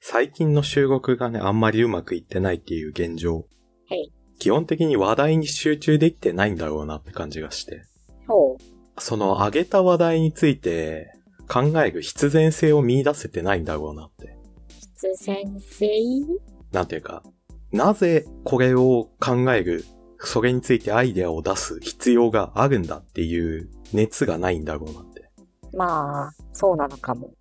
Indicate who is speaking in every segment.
Speaker 1: 最近の収録がね、あんまりうまくいってないっていう現状。
Speaker 2: はい
Speaker 1: 基本的に話題に集中できてないんだろうなって感じがして。
Speaker 2: ほう。
Speaker 1: その上げた話題について考える必然性を見出せてないんだろうなって。
Speaker 2: 必然性
Speaker 1: なんていうか、なぜこれを考える、それについてアイデアを出す必要があるんだっていう熱がないんだろうなって。
Speaker 2: まあ、そうなのかも。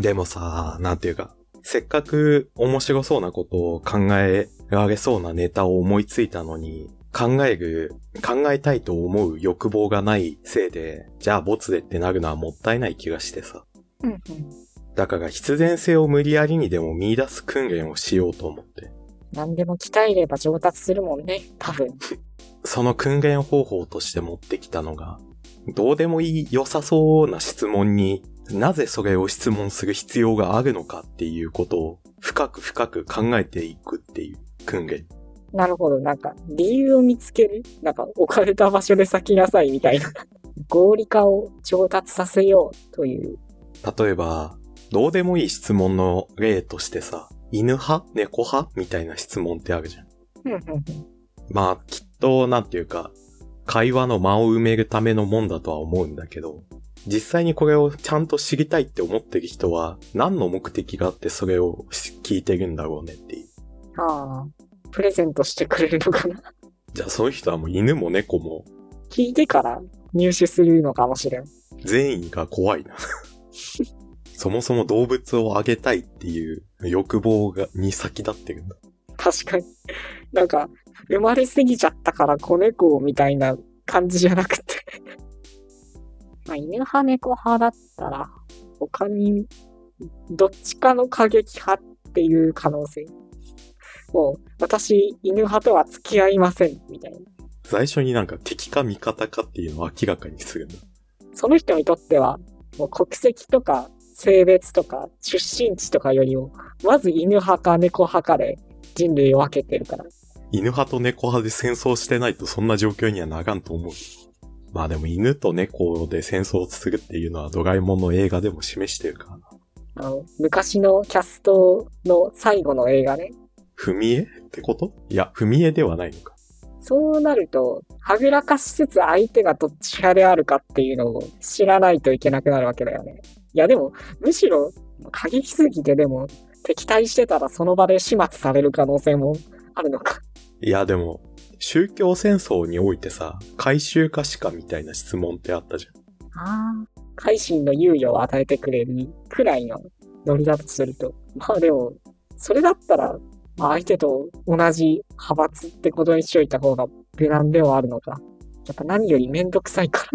Speaker 1: でもさ、なんていうか、せっかく面白そうなことを考えられそうなネタを思いついたのに、考える、考えたいと思う欲望がないせいで、じゃあボツでってなるのはもったいない気がしてさ。
Speaker 2: うんうん。
Speaker 1: だから必然性を無理やりにでも見出す訓練をしようと思って。
Speaker 2: 何でも鍛えれば上達するもんね、多分。
Speaker 1: その訓練方法として持ってきたのが、どうでもいい良さそうな質問に、なぜそれを質問する必要があるのかっていうことを深く深く考えていくっていう訓練。
Speaker 2: なるほど、なんか、理由を見つけるなんか、置かれた場所で咲きなさいみたいな。合理化を上達させようという。
Speaker 1: 例えば、どうでもいい質問の例としてさ、犬派猫派みたいな質問ってあるじゃん。
Speaker 2: うんうんうん。
Speaker 1: まあ、きっと、なんていうか、会話の間を埋めるためのもんだとは思うんだけど、実際にこれをちゃんと知りたいって思ってる人は、何の目的があってそれをし聞いてるんだろうねっていう。
Speaker 2: ああ、プレゼントしてくれるのかな
Speaker 1: じゃあそういう人はもう犬も猫も、
Speaker 2: 聞いてから入手するのかもしれん。
Speaker 1: 善意が怖いな。 そもそも動物をあげたいっていう欲望が、に先立ってるんだ。
Speaker 2: 確かに。なんか、生まれすぎちゃったから子猫みたいな感じじゃなくて。 まあ、犬派猫派だったら、他に、どっちかの過激派っていう可能性。もう、私、犬派とは付き合いません、みたいな。
Speaker 1: 最初になんか敵か味方かっていうのを明らかにするんだ。
Speaker 2: その人にとっては、もう国籍とか性別とか出身地とかよりも、まず犬派か猫派かで人類を分けてるから。
Speaker 1: 犬派と猫派で戦争してないとそんな状況にはならんと思う。まあでも犬と猫で戦争をするっていうのはドラえもんの映画でも示してるからな。
Speaker 2: あの、昔のキャストの最後の映画ね。
Speaker 1: 踏み絵ってこといや、踏み絵ではないのか。
Speaker 2: そうなると、はぐらかしつつ相手がどっち派であるかっていうのを知らないといけなくなるわけだよね。いやでも、むしろ過激すぎてでも、敵対してたらその場で始末される可能性もあるのか。
Speaker 1: いやでも、宗教戦争においてさ、回収かしかみたいな質問ってあったじゃん。
Speaker 2: ああ。改心の猶予を与えてくれるくらいのノリだとすると。まあでも、それだったら、まあ相手と同じ派閥ってことにしといた方が無難ではあるのか。やっぱ何よりめんどくさいか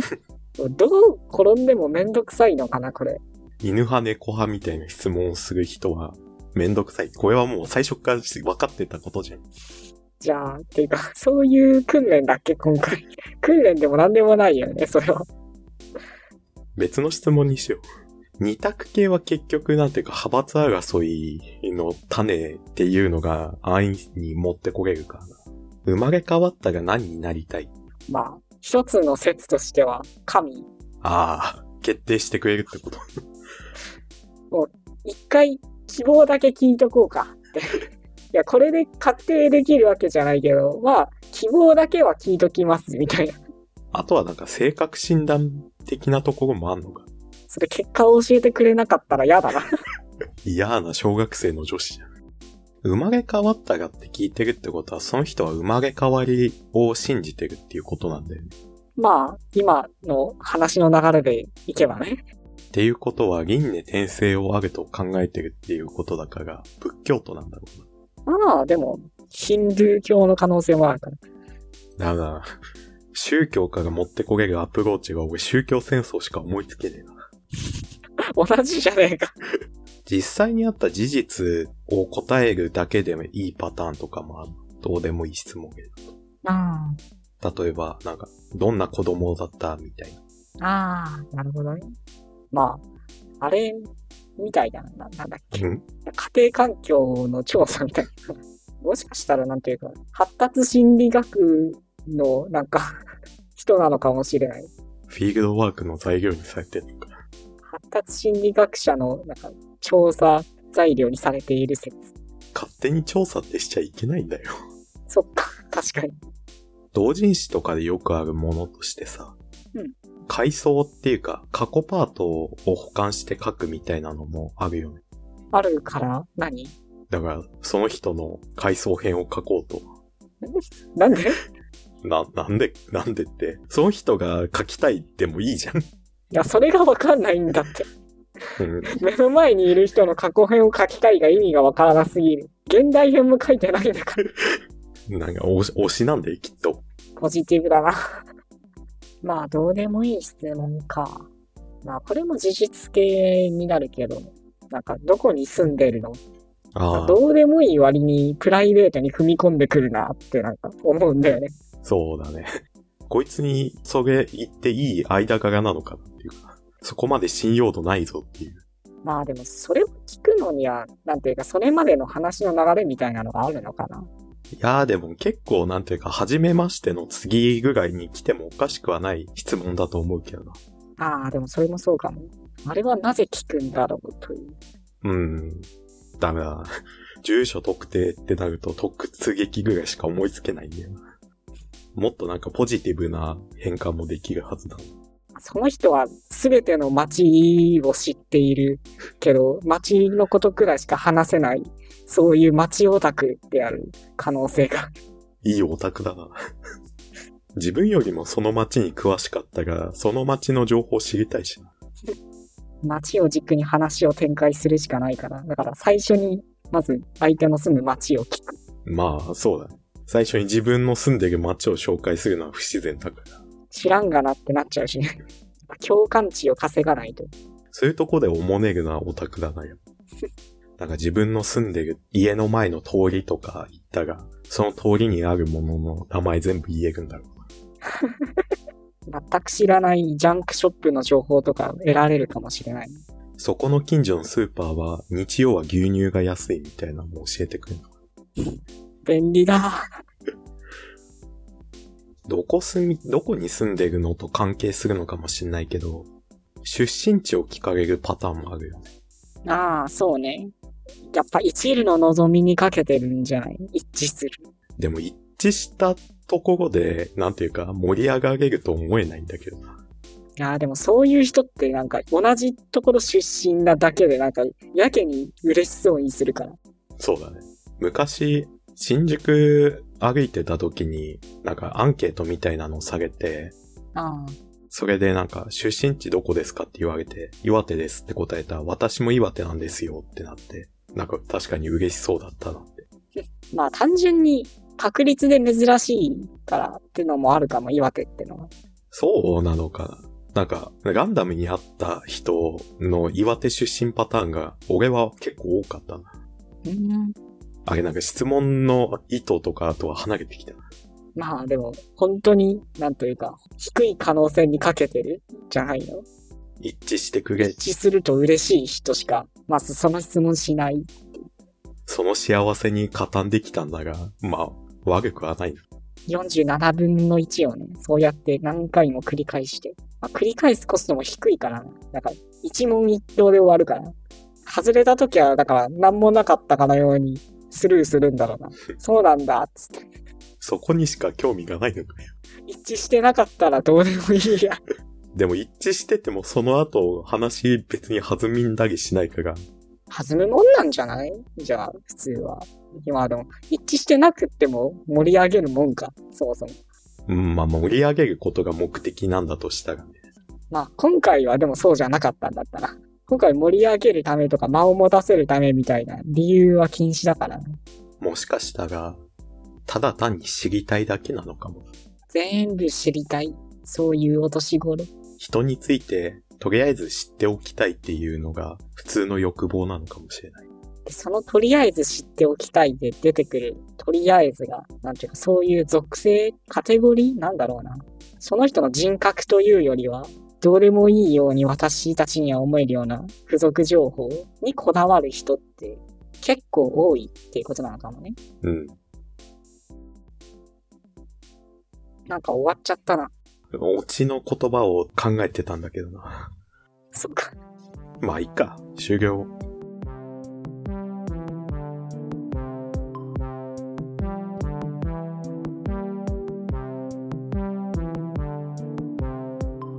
Speaker 2: ら。 どう転んでもめんどくさいのかな、これ。
Speaker 1: 犬派猫派みたいな質問をする人は、めんどくさい。これはもう最初から分かってたことじゃん。
Speaker 2: じゃあ、っていうか、 そういう訓練だっけ、今回。訓練でも何でもないよね、それは。
Speaker 1: 別の質問にしよう。二択系は結局なんていうか派閥争いの種っていうのが安易に持ってこれるからな。生まれ変わったが何になりたい
Speaker 2: まあ、一つの説としては、神
Speaker 1: ああ、決定してくれるってこと。
Speaker 2: 一回希望だけ聞いとこうかって。いや、これで確定できるわけじゃないけど、まあ、希望だけは聞いときます、みたいな。
Speaker 1: あとはなんか性格診断的なところもあんのか。
Speaker 2: それ結果を教えてくれなかったら嫌だな。
Speaker 1: 嫌な小学生の女子じゃん。生まれ変わったがって聞いてるってことは、その人は生まれ変わりを信じてるっていうことなんだよね。
Speaker 2: まあ、今の話の流れでいけばね。
Speaker 1: っていうことは、輪廻転生をあると考えてるっていうことだから、仏教徒なんだろうな。
Speaker 2: まあ、でも、ヒンドゥー教の可能性もあるから。
Speaker 1: だな。 宗教家が持ってこれるアプローチが俺宗教戦争しか思いつけねえな。
Speaker 2: 同じじゃねえか。
Speaker 1: 実際にあった事実を答えるだけでもいいパターンとかもある。どうでもいい質問で。
Speaker 2: あ
Speaker 1: 例えば、なんか、どんな子供だったみたいな。
Speaker 2: あ、ああ、なるほどね。まあ、あれ、みたいな、ななんだっけ。
Speaker 1: うん
Speaker 2: 家庭環境の調査みたいな。もしかしたらなんていうか、発達心理学のなんか、 人なのかもしれない。
Speaker 1: フィールドワークの材料にされてるのか。
Speaker 2: 発達心理学者のなんか調査材料にされている説。
Speaker 1: 勝手に調査ってしちゃいけないんだよ。
Speaker 2: そっか、確かに。
Speaker 1: 同人誌とかでよくあるものとしてさ、
Speaker 2: うん
Speaker 1: 回想っていうか、過去パートを保管して書くみたいなのもあるよね。
Speaker 2: あるから何
Speaker 1: だから、その人の回想編を書こうと。
Speaker 2: なんでい
Speaker 1: な、なんで、なんでって、その人が書きたいでもいいじゃん。
Speaker 2: や、それがわかんないんだって。
Speaker 1: うん
Speaker 2: 目の前にいる人の過去編を書きたいが意味がわからなすぎる。現代編も書いてないんだから。
Speaker 1: なんか推し、推しなんで、きっと。
Speaker 2: ポジティブだな。 まあ、どうでもいい質問か。まあ、これも事実系になるけど、なんか、どこに住んでるの
Speaker 1: ああ、
Speaker 2: どうでもいい割にプライベートに踏み込んでくるなってなんか思うんだよね。
Speaker 1: そうだね。こいつに、それ言っていい間柄なのかっていうか、そこまで信用度ないぞっていう。
Speaker 2: まあでも、それを聞くのには、なんていうか、それまでの話の流れみたいなのがあるのかな。
Speaker 1: いやーでも結構なんていうか、初めましての次ぐらいに来てもおかしくはない質問だと思うけどな。
Speaker 2: ああ、でもそれもそうかも。あれはなぜ聞くんだろうという。
Speaker 1: うん。だから、 住所特定ってなると突撃ぐらいしか思いつけないんだよな。もっとなんかポジティブな変換もできるはずだ。
Speaker 2: その人は全ての街を知っているけど、街のことくらいしか話せない、そういう街オタクである可能性が。
Speaker 1: いいオタクだな。 自分よりもその街に詳しかったが、その街の情報知りたいしな。
Speaker 2: 街を軸に話を展開するしかないから。だから最初に、まず相手の住む街を聞く。
Speaker 1: まあ、そうだね。最初に自分の住んでる街を紹介するのは不自然だから。
Speaker 2: 知らんがなってなっちゃうし ね。共感値を稼がないと。
Speaker 1: そういうとこでおもねるのはオタクだなよ。なんか自分の住んでる家の前の通りとか行ったが、その通りにあるものの名前全部言えるんだろうな。
Speaker 2: 全く知らないジャンクショップの情報とか得られるかもしれない。
Speaker 1: そこの近所のスーパーは日曜は牛乳が安いみたいなのも教えてくれるの。
Speaker 2: 便利だ。
Speaker 1: どこ住み、どこに住んでるのと関係するのかもしんないけど、出身地を聞かれるパターンもあるよね。
Speaker 2: ああ、そうね。やっぱ一縷の望みにかけてるんじゃない一致する。
Speaker 1: でも一致したところで、なんていうか盛り上がれると思えないんだけどな。
Speaker 2: ああ、でもそういう人ってなんか同じところ出身なだけでなんかやけに嬉しそうにするから。
Speaker 1: そうだね。昔、新宿歩いてた時に、なんかアンケートみたいなのを下げて、
Speaker 2: ああ。
Speaker 1: それでなんか、出身地どこですかって言われて、岩手ですって答えたら、私も岩手なんですよってなって、なんか確かに嬉しそうだったなって。
Speaker 2: まあ単純に確率で珍しいからってのもあるかも、岩手ってのは。
Speaker 1: そうなのかななんか、ランダムに会った人の岩手出身パターンが、俺は結構多かったな。
Speaker 2: うん。
Speaker 1: あれなんか質問の意図とかとは離れてきたな。
Speaker 2: まあでも本当になんというか低い可能性にかけてるじゃないの。
Speaker 1: 一致してくれ、
Speaker 2: 一致すると嬉しい人しか、まずその質問しない。
Speaker 1: その幸せに加担できたんだが、まあ、悪くはないな。
Speaker 2: 47分の1をね、そうやって何回も繰り返して。まあ、繰り返すコストも低いからな。だから、一問一答で終わるから。外れた時は、だから、何もなかったかのようにスルーするんだろうな。そうなんだ、つって。
Speaker 1: そこにしか興味がないのかよ。
Speaker 2: 一致してなかったらどうでもいいや。
Speaker 1: でも一致しててもその後話別に弾みんだりしないかが、
Speaker 2: 弾むもんなんじゃないじゃあ、普通は。今あの、一致してなくっても盛り上げるもんか、そもそも。
Speaker 1: うん、まあ盛り上げることが目的なんだとしたらね。
Speaker 2: まあ、今回はでもそうじゃなかったんだったら。今回盛り上げるためとか間を持たせるためみたいな理由は禁止だからね。
Speaker 1: もしかしたら、ただ単に知りたいだけなのかも。
Speaker 2: 全部知りたい。そういうお年頃。
Speaker 1: 人について、とりあえず知っておきたいっていうのが普通の欲望なのかもしれない。
Speaker 2: でそのとりあえず知っておきたいで出てくるとりあえずが、なんていうかそういう属性、カテゴリーなんだろうな。その人の人格というよりは、どうでもいいように私たちには思えるような付属情報にこだわる人って結構多いっていうことなのかもね。
Speaker 1: うん。
Speaker 2: なんか終わっちゃったな。
Speaker 1: オチの言葉を考えてたんだけどな。
Speaker 2: そっか。
Speaker 1: まあいいか。終了。